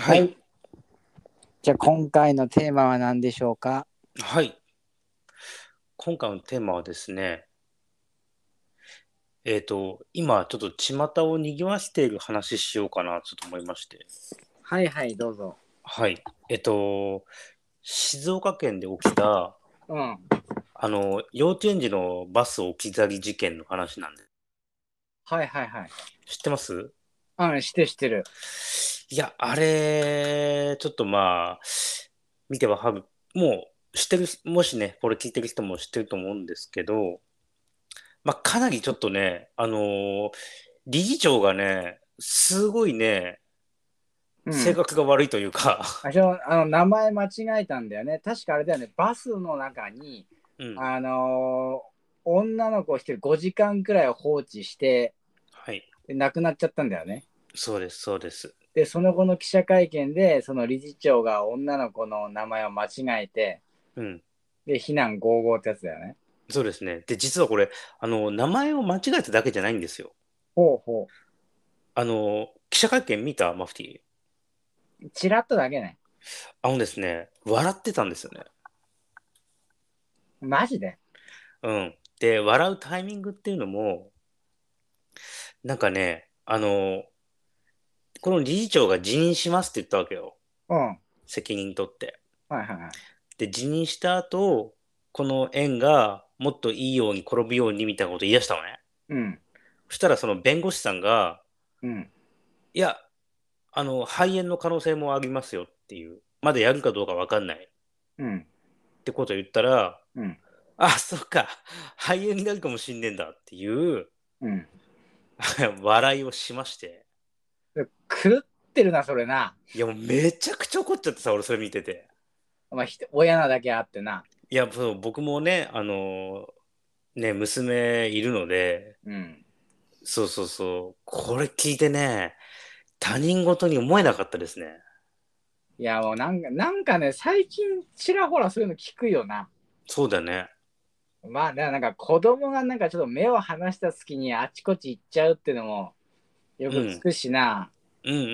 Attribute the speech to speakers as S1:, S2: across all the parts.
S1: はい
S2: はいじゃあ今回のテーマは何でしょうか
S1: はい。今回のテーマはですね、えっ、と、今ちょっと巷を賑わしている話しようかなちょっと思いまして。
S2: はいはいどうぞ。
S1: はい。えっ、と、静岡県で起きた、
S2: うん。
S1: あの、幼稚園児のバス置き去り事件の話なんで、
S2: はいはいはい。
S1: 知ってます
S2: うん、してしてる。
S1: いや、あれ、ちょっとまあ、見てははぐ、もう知ってる、もしね、これ聞いてる人も知ってると思うんですけど、まあ、かなりちょっとね、あのー理事長がね、すごいね、
S2: うん、
S1: 性格が悪いというか、
S2: あそのあの名前間違えたんだよね。確かあれだよね。バスの中に、
S1: うん、は
S2: あのー女の子一人5時間くらい放置して、
S1: い、
S2: で亡くなっちゃったんだよね。
S1: そうです、そうです。
S2: で、その後の記者会見で、その理事長が女の子の名前を間違えて、
S1: うん、
S2: で、非難合々ってやつだよね。
S1: そうですね。で、実はこれ、あの、名前を間違えただけじゃないんですよ。
S2: ほうほ
S1: あの、記者会見見たマフティー。
S2: う。チラッとだけね。
S1: あのですね、笑ってたんですよね。
S2: マジで
S1: うん。で、笑うタイミングっていうのも、なんかね、あの、この理事長が辞任しますって言ったわけよ。
S2: うん。はい
S1: 責任取って。
S2: はいはい。
S1: で、辞任した後、この園がもっといいように転ぶようにみたいなこと言い出したのね。
S2: うん。
S1: そしたらその弁護士さんが、
S2: うん。
S1: いや、あの、肺炎の可能性もありますよっていう。まだやるかどうかわかんない
S2: うん。
S1: ってことを言ったら、
S2: うん。
S1: あ、そっか、肺炎になるかもしんねえんだっていう
S2: うん。
S1: 笑いをしまして。
S2: 狂ってるな、それな。
S1: いやもうめちゃくちゃ怒っちゃってさ俺それ見てて
S2: まあ、ひと親なだけあってな。
S1: いやそう僕もねあのーね娘いるので
S2: うん。
S1: そうそうそうこれ聞いてね他人事に思えなかったですね
S2: いや、もうなんか、なんかね、最近ちらほらそういうの聞くよな。
S1: そうだね
S2: まあ、だなんか子供がなんかちょっと目を離した隙にあちこち行っちゃうってのもよく聞くしな。
S1: うんうんう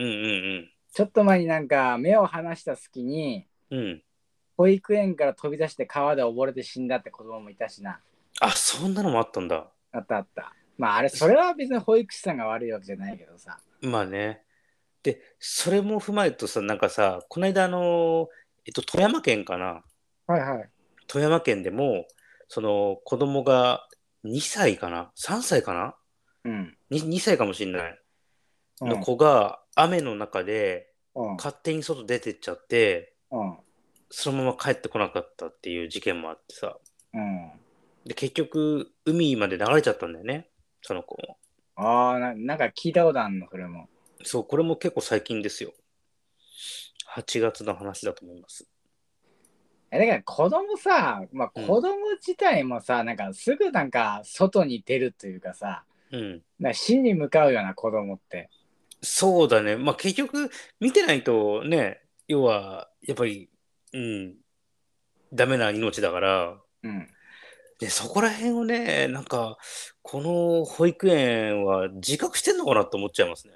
S1: ん
S2: ちょっと前になんか目を離した隙に
S1: うんうん
S2: 保育園から飛び出して川で溺れて死んだって子供もいたしな。
S1: あそんなのもあったんだ
S2: あったあった。まあ、あれ、それは別に保育士さんが悪いわけじゃないけどさ。
S1: まあねでそれも踏まえるとさなんかさこの間あのーえっと富山県かな
S2: はいはい。
S1: 富山県でもその子供が2歳かな3歳かな
S2: うん。
S1: に 2, 歳かもしれない
S2: うん
S1: の子が雨の中で
S2: うん。
S1: 勝手に外出てっちゃって
S2: うん。
S1: そのまま帰ってこなかったっていう事件もあってさ
S2: うん。
S1: で結局海まで流れちゃったんだよねその子も
S2: ああ、ななんか聞いたことあんの、それも。
S1: そうこれも結構最近ですよ8月の話だと思います
S2: えだから子供さ、まあ、
S1: うん
S2: 子供自体もさ、なんかすぐなんか外に出るというかさ、
S1: うん
S2: なんか死に向かうような子供って。
S1: そうだねまあ結局見てないとね要はやっぱりうんダメな命だから
S2: うん。
S1: で、そこら辺をね、なんか、この保育園は自覚してんのかなと思っちゃいますね。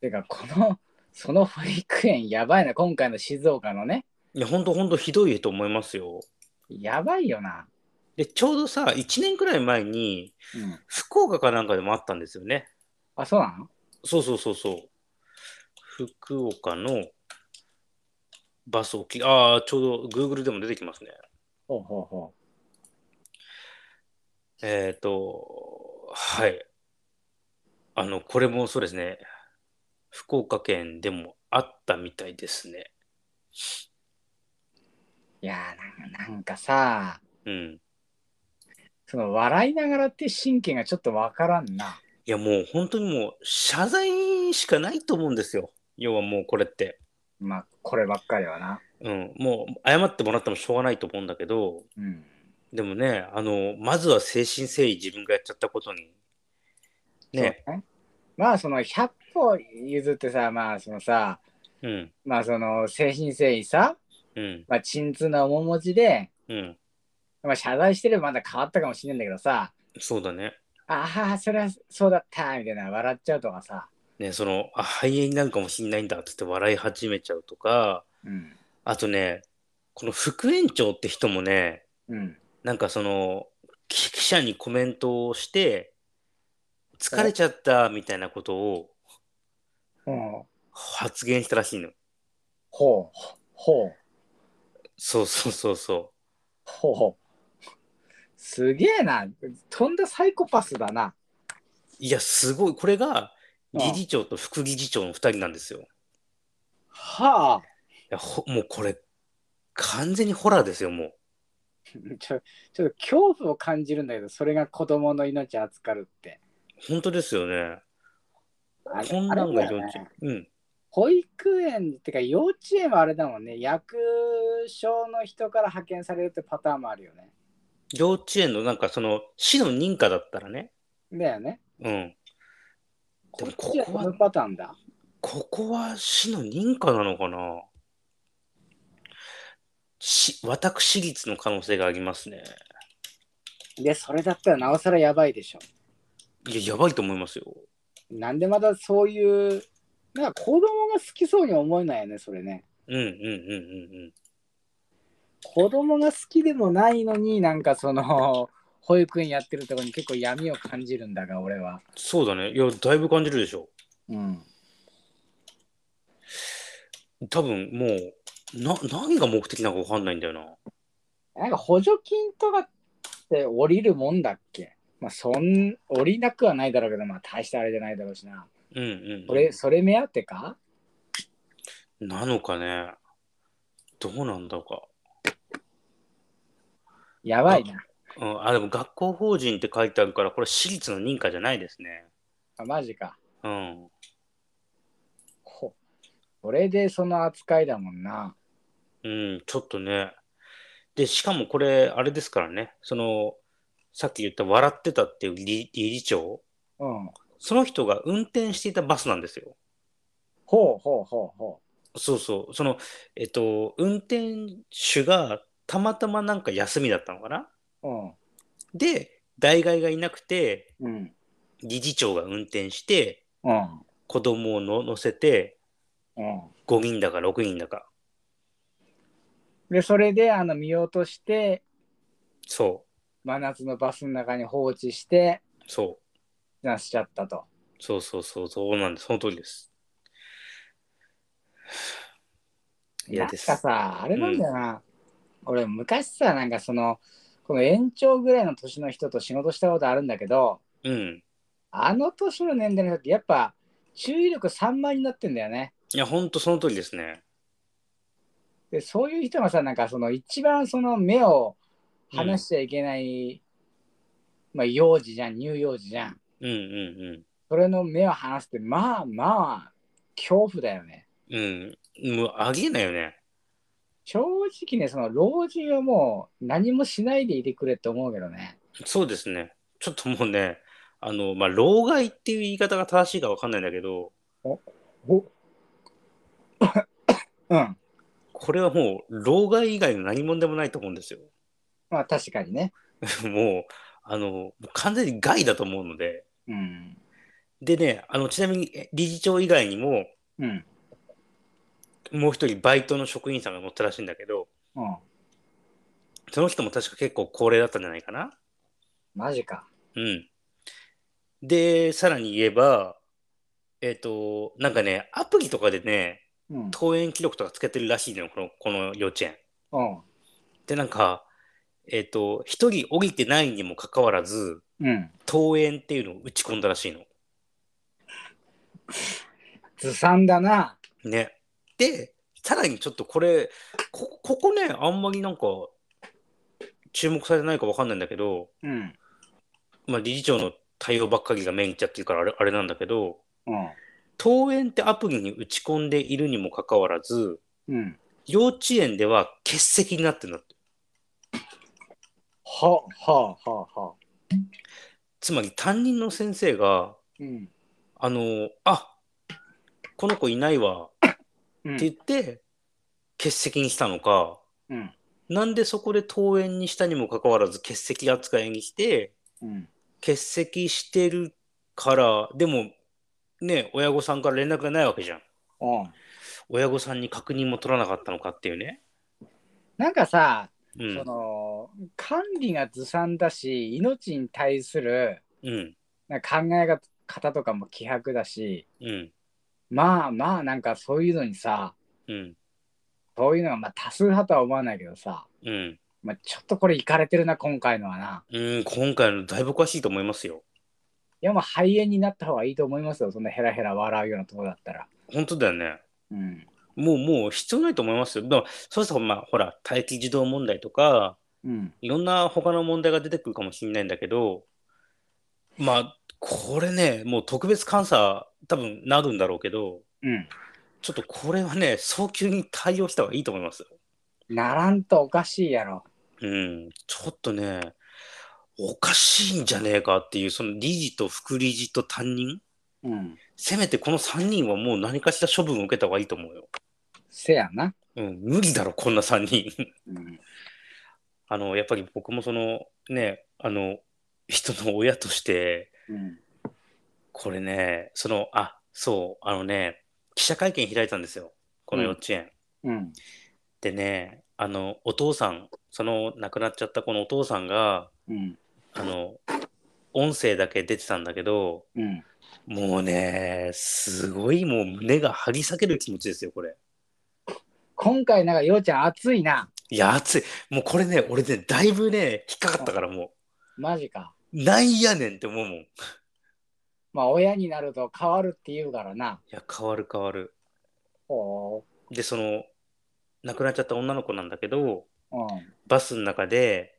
S2: てか、この、その保育園やばいな、今回の静岡のね。
S1: いや、ほんとほんとひどいと思いますよ。
S2: やばいよな。
S1: で、ちょうどさ、1年くらい前に、
S2: うん。
S1: 福岡かなんかでもあったんですよね。
S2: あ、そうなの
S1: そうそうそうそう。福岡のバス置き、ああ、ちょうど Google でも出てきますね。
S2: ほうほうほ
S1: えっ、と、はい。あの、これもそうですね。福岡県でもあったみたいですね。
S2: う。いやーなんか、なんかさ、
S1: うん。
S2: その笑いながらって神経がちょっとわからんな。
S1: いやもう本当にもう謝罪しかないと思うんですよ。要はもうこれって。
S2: まあ、こればっかりはな。
S1: うん、もう謝ってもらってもしょうがないと思うんだけど、
S2: うん。
S1: でもね、あの、まずは誠心誠意自分がやっちゃったことに。ね。
S2: そうね。まあその100歩譲ってさまあそのさ
S1: うん、
S2: まあその精神誠意さ、
S1: うん、
S2: まあ、鎮痛な面持ちで、
S1: うん。
S2: まあ、謝罪してればまだ変わったかもしれないんだけどさ
S1: そうだね。
S2: ああそれはそうだったみたいな笑っちゃうとかさ
S1: ね、その、あ、肺炎になるかもしんないんだっつって笑い始めちゃうとか、
S2: うん。
S1: あとね、この副園長って人もね、
S2: うん。
S1: なんかその、き記者にコメントをして、疲れちゃったみたいなことを
S2: ほう。
S1: 発言したらしいの。
S2: ほう。ほう。
S1: そうそうそうそ
S2: ほう。すげえな。とんだサイコパスだな。
S1: う。いや、すごい。これが理事長と副理事長の2人なんですよ。い
S2: はあ。
S1: やほもうこれ、完全にホラーですよ、もう。
S2: ちょちょっと恐怖を感じるんだけど、それが子供の命預かるって。
S1: 本当ですよね。
S2: あれ
S1: 混乱が
S2: あれ
S1: 幼
S2: だよ
S1: 稚
S2: ね
S1: 園。うん。
S2: 保育園ってか幼稚園はあれだもんね役所の人から派遣されるってパターンもあるよね
S1: 幼稚園のなんかその、市の認可だったらね。
S2: だよね
S1: うん。で
S2: こ
S1: も
S2: っちは
S1: ここ
S2: こ
S1: は
S2: のパターンだ
S1: ここは市の認可なのかなし私立の可能性がありますね。
S2: でそれだったらなおさらやばいでしょ
S1: いや、やばいと思いますよ。
S2: なんでまだそういうなんか子供が好きそうに思えないよねそれね
S1: うんうんうんうんうん。
S2: 子供が好きでもないのになんかその保育園やってるとこに結構闇を感じるんだが俺は
S1: そうだね。いや、だいぶ感じるでしょ。
S2: うん
S1: 多分もう、な、何が目的なのかわかんないんだよな。
S2: なんか補助金とかって降りるもんだっけまあそん降りなくはないだろうけどまあ大したあれじゃないだろうしな
S1: うんうん、
S2: それそれ目当てか
S1: なのかね。どうなんだか。
S2: やばいな。
S1: うん、あ、でも学校法人って書いてあるから、これ私立の認可じゃないですね。
S2: あマジか。
S1: うん。
S2: ほそれでその扱いだもんな。
S1: うん、ちょっとね。で、しかもこれ、あれですからね、その、さっき言った笑ってたっていう理理事長、
S2: うん。
S1: その人が運転していたバスなんですよ。
S2: ほうほうほうほ
S1: そうそう。その、えっと、運転手がたまたまなんか休みだったのかな
S2: う。
S1: で、代替がいなくて、
S2: うん。うん。
S1: 理事長が運転して、
S2: うん。
S1: 子供をの乗せて、
S2: うん。
S1: 5人だか6人だか。
S2: で、それであの見落として、
S1: そ
S2: 真夏のバスの中に放置して、
S1: う、そう。
S2: なしちゃったと。
S1: そうそうそう、そうなんです。その通りです。い
S2: な
S1: や
S2: んか
S1: です
S2: さ、あれなんだよな。俺、昔さ、なんかその、この延長ぐらいの年の人と仕事したことあるんだけど、
S1: うん。
S2: あの年の年代の人ってやっぱ注意力散漫になってんだよね。
S1: いや、ほんとその通りですね。
S2: でそういう人がさなんかその一番その目を離しちゃいけない、まあ幼児じゃん乳幼児じゃん
S1: うんうん
S2: それの目を離すってまあまあ恐怖だよね
S1: うん。うん。もう、ありえないよね。
S2: 正直ねその老人はもう何もしないでいてくれって思うけどね
S1: そうですね。ちょっともうね、あの、まあ、老害っていう言い方が正しいかわかんないんだけど、
S2: お うん
S1: これはもう、老害以外の何者でもないと思うんですよ。
S2: まあ確かにね
S1: もう、あの、もう完全に害だと思うので。
S2: うん
S1: でね、あの、ちなみにえ理事長以外にも、
S2: うん
S1: もう一人バイトの職員さんが乗ったらしいんだけど、
S2: うん
S1: その人も確か結構高齢だったんじゃないかな。
S2: マジか
S1: うん。で、さらに言えば、えっ、と、なんかね、アプリとかでね、
S2: うん
S1: 登園記録とかつけてるらしいのよ、このこの幼稚園。
S2: うん
S1: で、なんか、えっ、と、一人降りてないにもかかわらず、
S2: うん
S1: 登園っていうのを打ち込んだらしいの。
S2: ずさんだな
S1: ね。で、さらにちょっとこれ、こここね、あんまりなんか、注目されてないかわかんないんだけど、
S2: うん
S1: まあ、理事長の対応ばっかりがメインっちゃってるからあれあれなんだけど、
S2: うん
S1: 登園ってアプリに打ち込んでいるにもかかわらず、
S2: うん
S1: 幼稚園では欠席になってるんだって。
S2: はははは
S1: つまり担任の先生が、
S2: うん
S1: あの、あこの子いないわ
S2: うん
S1: って言って、欠席にしたのか、
S2: うん
S1: なんでそこで登園にしたにもかかわらず欠席扱いにして、
S2: うん
S1: 欠席してるから、でも、ね、親御さんから連絡がないわけじゃん。
S2: うん。
S1: 親御さんに確認も取らなかったのかっていうね。
S2: なんかさ、
S1: う
S2: そ
S1: ん。
S2: の管理がずさんだし命に対する
S1: うん。
S2: なんか考え方とかも希薄だし
S1: うん。
S2: まあまあなんかそういうのにさ
S1: うん。
S2: そういうのがまあ多数派とは思わないけどさ、
S1: うん。
S2: まあ、ちょっとこれいかれてるな今回のはな
S1: うん、今回のだいぶおかしいと思いますよ。
S2: いやまあ肺炎になった方がいいと思いますよそんなヘラヘラ笑うようなとこだったら
S1: 本当だよね。
S2: うん
S1: もう、もう必要ないと思いますよ。でも、そうしたら、まあ、ほら、待機児童問題とか、
S2: うん
S1: いろんな他の問題が出てくるかもしれないんだけど、まあ、これね、もう特別監査、多分なるんだろうけど、
S2: うん
S1: ちょっとこれはね、早急に対応した方がいいと思いますよ。
S2: ならんとおかしいやろ
S1: うん、ちょっとね、おかしいんじゃねえかっていう、その理事と副理事と担任、
S2: うん
S1: せめてこの3人はもう何かしら処分を受けた方がいいと思うよ。
S2: せやな、
S1: うん、無理だろ、こんな3人。
S2: うん、
S1: あの、やっぱり僕もその、ね、あの、人の親として、
S2: うん
S1: これね、その、あ、そう、あのね、記者会見開いたんですよ、この幼稚園。
S2: うん
S1: でね、あの、お父さん、その亡くなっちゃったこのお父さんが、
S2: うん
S1: あの、音声だけ出てたんだけど、
S2: うん
S1: もうね、すごいもう胸が張り裂ける気持ちですよ、これ。
S2: 今回なんかようちゃん熱いない
S1: や、熱い。もうこれね、俺ね、だいぶね、引っかかったからも
S2: マジか
S1: う、なんやねんって思うもん。い
S2: まあ親になると変わるって言うからな。
S1: や、変わる変わる。
S2: ほ
S1: で、その、亡くなっちゃった女の子なんだけど、
S2: う
S1: バスの中で、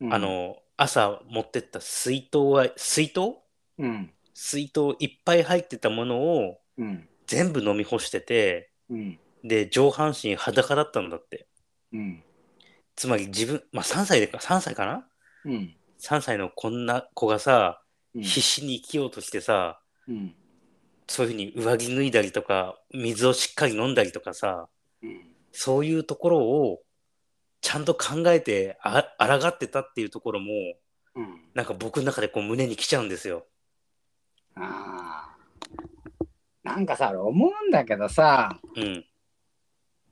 S2: うん。
S1: あ、の、朝持ってった水筒は、水筒
S2: うん。
S1: 水筒いっぱい入ってたものを
S2: うん。
S1: 全部飲み干してて、
S2: うん。
S1: で、上半身裸だったんだって。
S2: うん。
S1: つまり自分、まあ3歳でか、3歳かな
S2: うん。
S1: 3歳のこんな子がさ、
S2: うん
S1: 必死に生きようとしてさ、
S2: うん。
S1: そういうふうに上着脱いだりとか、水をしっかり飲んだりとかさ、
S2: うん。
S1: そういうところをちゃんと考えてあ、抗ってたっていうところも、
S2: うん。
S1: なんか僕の中でこう胸に来ちゃうんですよ。
S2: ああ。なんかさ、思うんだけどさ、
S1: うん、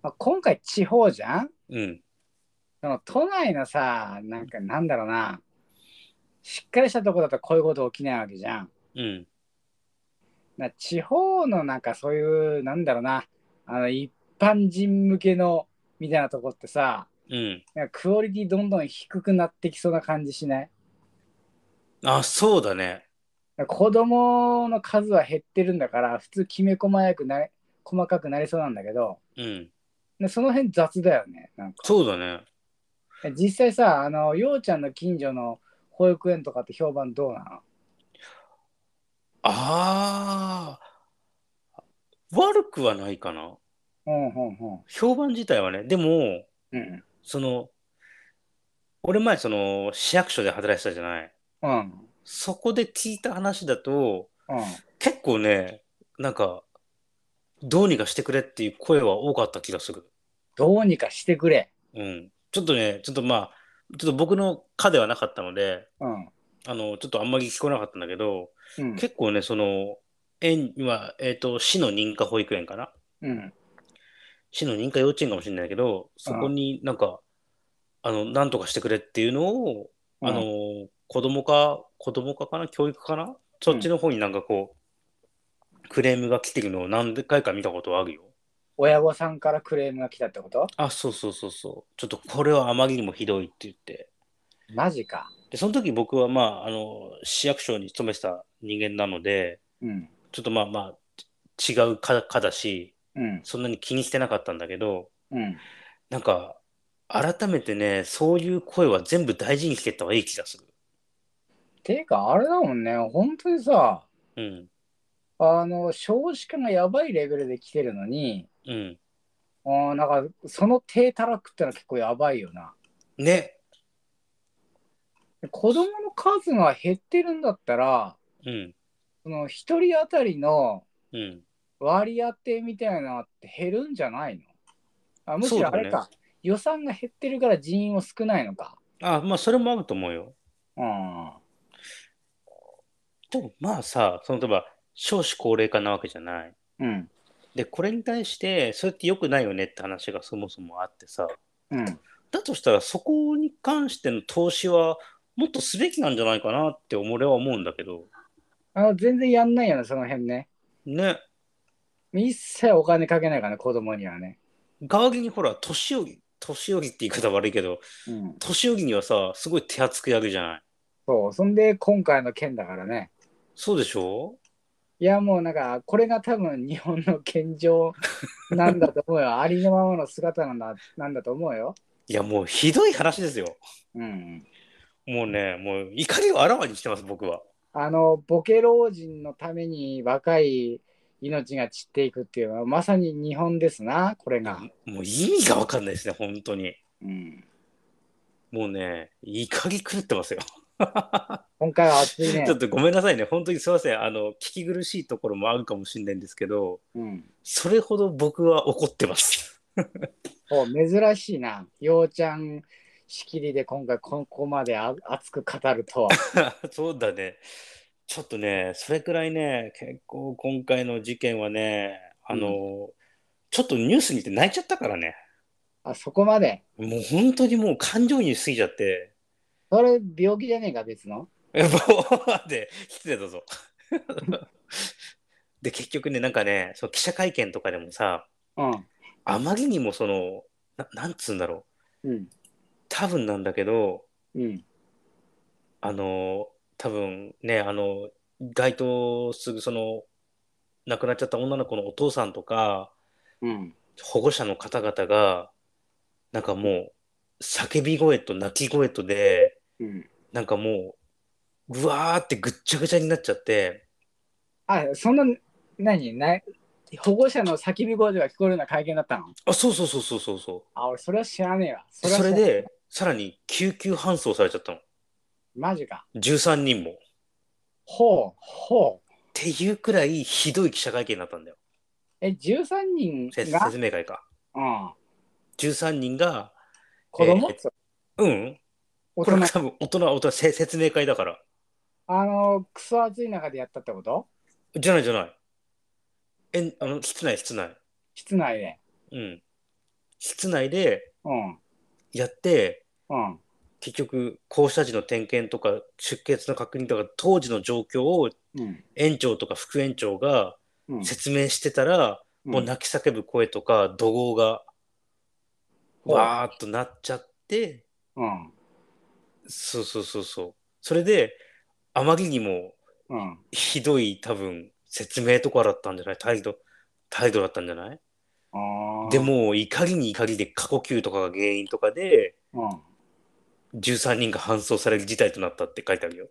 S2: まあ、今回地方じゃん
S1: うん、
S2: その都内のさ、なんかなんだろうな。しっかりしたとこだとこういうこと起きないわけじゃん。
S1: うん、
S2: な地方のなんかそういう、なんだろうな。あの、一般人向けのみたいなとこってさ、
S1: うん。
S2: なんかクオリティどんどん低くなってきそうな感じしない
S1: あ、そうだね。
S2: なんか子供の数は減ってるんだから普通きめ細やくなれ細かくなりそうなんだけど
S1: うん、
S2: でその辺雑だよねなんか
S1: そうだね。
S2: 実際さあのようちゃんの近所の保育園とかって評判どうな
S1: ああ、悪くはないかな。
S2: のうんうん
S1: 評判自体はね。でも、
S2: うんうん
S1: その、俺前、その、市役所で働いてたじゃない。
S2: うん
S1: そこで聞いた話だと、
S2: うん
S1: 結構ね、なんか、どうにかしてくれっていう声は多かった気がする。
S2: どうにかしてくれ
S1: うん。ちょっとね、ちょっとまあ、ちょっと僕の課ではなかったので、
S2: うん
S1: あの、ちょっとあんまり聞こえなかったんだけど、
S2: うん
S1: 結構ね、その、園は、えっ、と、市の認可保育園かな。
S2: うん
S1: 市の認可幼稚園かもしれないけど、そこになんか、あの、なんとかしてくれっていうのを、あの、子供か、子供かかな、教育かな、そっちの方になんかこう、クレームが来てるのを何回か見たことはあるよ。
S2: 親御さんからクレームが来たってこと
S1: あ、そうそうそうそう。ちょっとこれはあまりにもひどいって言って。
S2: マジか
S1: で、その時僕はまあ、あの、市役所に勤めてた人間なので、
S2: うん
S1: ちょっとまあまあ、ち違う課課だし、
S2: うん
S1: そんなに気にしてなかったんだけど、
S2: うん
S1: なんか、改めてね、そういう声は全部大事にしてった方がいい気がする。
S2: ていうかあれだもんね本当にさ
S1: うん、
S2: あの少子化がやばいレベルで来てるのに
S1: うん。
S2: あーなんかその低たらくってのは結構やばいよな
S1: ね。
S2: 子供の数が減ってるんだったら
S1: うん、
S2: その1人当たりの
S1: うん。
S2: 割り当てみたいなのって減るんじゃないのあむし
S1: そう
S2: ろ
S1: だ
S2: あ
S1: ね
S2: れか、予算が減ってるから人員も少ないのか
S1: あ、まあ、それもあると思うよ。
S2: うん
S1: でも、まあさ、その、例えば、少子高齢化なわけじゃない。
S2: うん。
S1: で、これに対して、それって良くないよねって話がそもそもあってさ、
S2: うん。
S1: だとしたらそこに関しての投資はもっとすべきなんじゃないかなって俺は思うんだけど、
S2: あ全然やんないよね、その辺ね。
S1: ね、
S2: 一切お金かけないからね、子供にはね。
S1: 代わりにほら、年寄り、年寄りって言い方悪いけど、
S2: うん。
S1: 年寄りにはさ、すごい手厚くやるじゃない。
S2: そう。そんで、今回の件だからね。
S1: そうでしょ
S2: いや、もうなんか、これが多分日本の現状なんだと思うよ。ありのままの姿なんだなんだと思うよ。
S1: いや、もうひどい話ですよ。
S2: うん。
S1: もうね、もう怒りをあらわにしてます、僕は。
S2: あの、ボケ老人のために若い命が散っていくっていうのは、まさに日本ですな、これが。
S1: もう意味がわかんないですね、本当に。
S2: うん。
S1: もうね、怒り狂ってますよ。
S2: 今回は暑いね
S1: ちょ。っとごめんなさいね、本当にすいません。あの、聞き苦しいところもあるかもしれないんですけど、
S2: うん。
S1: それほど僕は怒って ます。
S2: お珍しいな。ようちゃん仕切りで今回ここまであ熱く語る とは。
S1: そうだね。ちょっとね、それくらいね、結構今回の事件はね、あの、
S2: う
S1: ちょっとニュース見て泣いちゃったからね。
S2: あそこまで。
S1: もう本当にもう感情移入しすぎちゃって、
S2: それ病気じゃねえか別の。
S1: やっぱ、で、失礼だぞ。 で、結局ね、なんかね、その記者会見とかでもさ、
S2: うん。
S1: あまりにもその、ななんつうんだろう。
S2: うん。
S1: 多分なんだけど、
S2: うん。
S1: あの、多分ね、あの、該当するその、亡くなっちゃった女の子のお父さんとか、
S2: うん。
S1: 保護者の方々が、なんかもう、叫び声と泣き声とで、
S2: うん。
S1: なんかもう、ぐわーってぐっちゃぐちゃになっちゃって、
S2: あその何な保護者の叫び声では聞こえるような会見だったの
S1: あ、そうそうそうそうそうそう。
S2: あ俺それは知らねえわ。そは
S1: そ
S2: 知ら
S1: れ
S2: ねえ
S1: で、さらに救急搬送されちゃったの。
S2: マジか。
S1: 13人も。っ
S2: ほうほう。
S1: ていうくらいひどい記者会見だったんだよ。
S2: え13人
S1: せ
S2: が、
S1: 説明会か。
S2: うん、
S1: 13人が、
S2: 子供、
S1: えーうん、
S2: 大
S1: これ
S2: 人
S1: 多分大人、大人、せ説明会だから。
S2: あのクソ暑い中でやったってこと
S1: じゃないじゃない。え、あの、室内、室内。
S2: 室内で。
S1: うん。室内で
S2: うん
S1: やって、
S2: うん
S1: 結局、降車時の点検とか、出欠の確認とか、当時の状況を
S2: うん
S1: 園長とか副園長が
S2: うん。
S1: 説明してたら、もう泣き叫ぶ声とか、怒号が
S2: うん
S1: わーっとなっちゃって、
S2: うん
S1: そうそうそうそう。それで、あまりにも
S2: うん。
S1: ひどい多分説明とかだったんじゃない態度、態度だったんじゃない
S2: あー
S1: で、もう怒りに怒りで過呼吸とかが原因とかで
S2: うん、
S1: 13人が搬送される事態となったって書いてあるよ。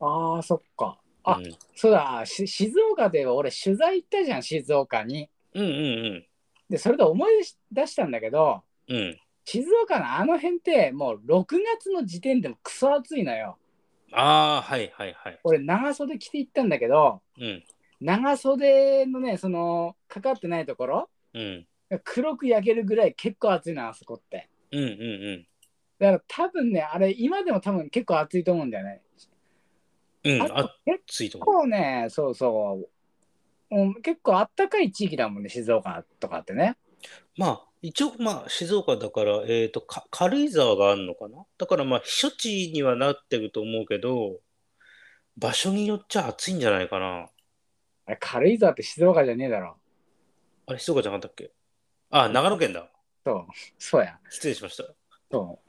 S2: ああそっかあ
S1: うん、
S2: そうだし静岡では俺取材行ったじゃん静岡に
S1: うんうん
S2: でそれで思い出したんだけど
S1: うん。うん。
S2: 静岡のあの辺ってもう6月の時点でもクソ暑いのよ
S1: ああ、はいはいはい。
S2: 俺長袖着て行ったんだけど
S1: うん
S2: 長袖のねそのかかってないところ
S1: うん
S2: 黒く焼けるぐらい結構暑いのあそこって
S1: うんうん
S2: だから多分ねあれ今でも多分結構暑いと思うんだよね
S1: うん。うん、
S2: あと
S1: あ
S2: 結
S1: ついと思う。
S2: 構ねそうそう、うん、結構あったかい地域だもんね静岡とかってね
S1: まあ、一応、まあ、静岡だから、えっ、とか、軽井沢があるのかなだから、まあ、避暑地にはなってると思うけど、場所によっちゃ暑いんじゃないかな。
S2: あれ軽井沢って静岡じゃねえだろ
S1: あれ、静岡じゃなかったっけあ、長野県だ。
S2: そうそうや
S1: 失礼しました。
S2: そ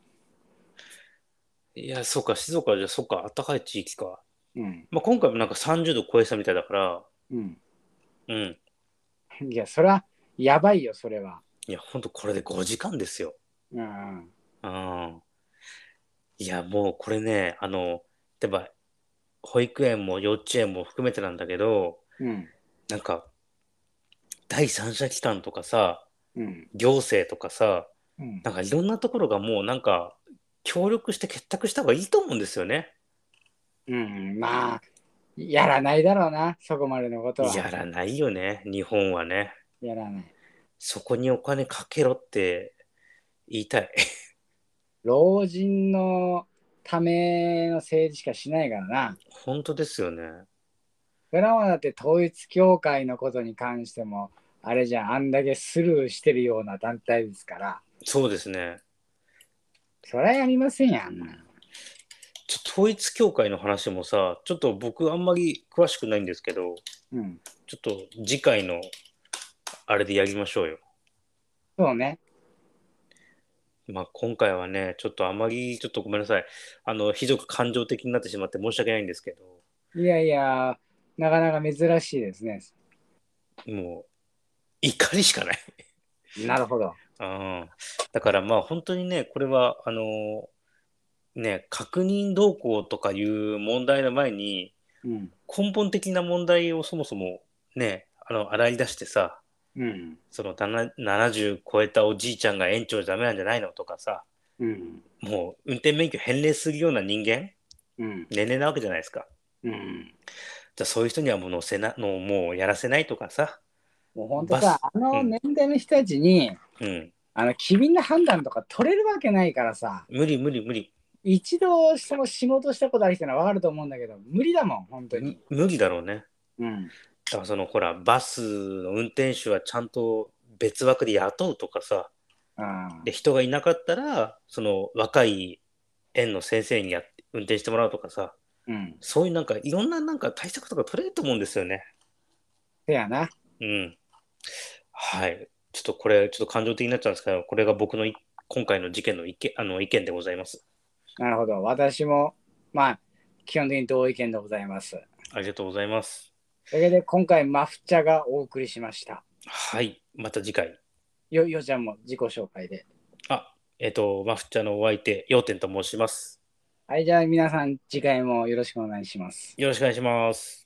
S1: いや、そうか、静岡はじゃあ、そっか、暖かい地域か。
S2: ううん
S1: まあ、今回もなんか30度超えてたみたいだから、
S2: うん
S1: うん。
S2: いやそれはやばいよそれはい
S1: や、ほんとこれで5時間ですよ。
S2: うん
S1: うん。いや、もうこれね、あの、例えば、保育園も幼稚園も含めてなんだけど、
S2: うん
S1: なんか、第三者機関とかさ、
S2: うん
S1: 行政とかさ、
S2: うん
S1: なんかいろんなところがもうなんか、協力して結託した方がいいと思うんですよね。
S2: うんまあやらないだろうなそこまでのことは
S1: やらないよね、日本はね。
S2: やらない
S1: そこにお金かけろって言いたい。
S2: 老人のための政治しかしないからな
S1: 本当ですよね。
S2: ドラマだって統一教会のことに関しても、あれじゃん、あんだけスルーしてるような団体ですから、
S1: そうですね。
S2: それはやりませんやんあんなの。
S1: ちょ統一教会の話もさ、ちょっと僕あんまり詳しくないんですけど、
S2: うん。
S1: ちょっと次回のあれでやりましょうよ。
S2: そうね。
S1: まあ、今回はね、ちょっとあまり、ちょっとごめんなさい。あの、ひどく感情的になってしまって申し訳ないんですけ
S2: いやいや、なかなか珍しいですね。
S1: ど、もう、怒りしかない。
S2: なるほど。
S1: うん。だからまあ、本当にね、これは、あのね、確認動向とかいう問題の前に、
S2: うん。
S1: 根本的な問題をそもそもね、あの、洗い出してさ、
S2: うん。
S1: その7 70超えたおじいちゃんが園長ダメなんじゃないのとかさ、
S2: うん。
S1: もう運転免許返礼するような人間、
S2: うん。
S1: 年齢なわけじゃないですか。
S2: うん。
S1: じゃあそういう人にはもう乗せなのもうやらせないとかさ、
S2: もう本当さ、あの年代の人たちに、
S1: うん、
S2: あの、機敏な判断とか取れるわけないからさ、
S1: 無理無理無理
S2: 一度その仕事したことある人ならわかると思うんだけど、無理だもん、本当に。
S1: 無理だろうね
S2: うん。
S1: だからそのほらバスの運転手はちゃんと別枠で雇うとかさ
S2: うん
S1: で人がいなかったらその若い園の先生にやって運転してもらうとかさ
S2: うん。
S1: そういうなんかいろんななんか対策とか取れると思うんですよね
S2: せやな。
S1: うんはいちょっとこれちょっと感情的になっちゃうんですけどこれが僕のい今回の事件の意見あの意見でございます
S2: なるほど。私も、まあ、基本的に同意見でございます。
S1: ありがとうございます
S2: というわけで、今回、マフチャがお送りしました。
S1: はいまた次回
S2: よ、よちゃんも自己紹介で。
S1: あ、えっ、と、マフチャのお相手、ようてんと申します。
S2: はい、じゃあ皆さん、次回もよろしくお願いします。
S1: よろしくお願いします。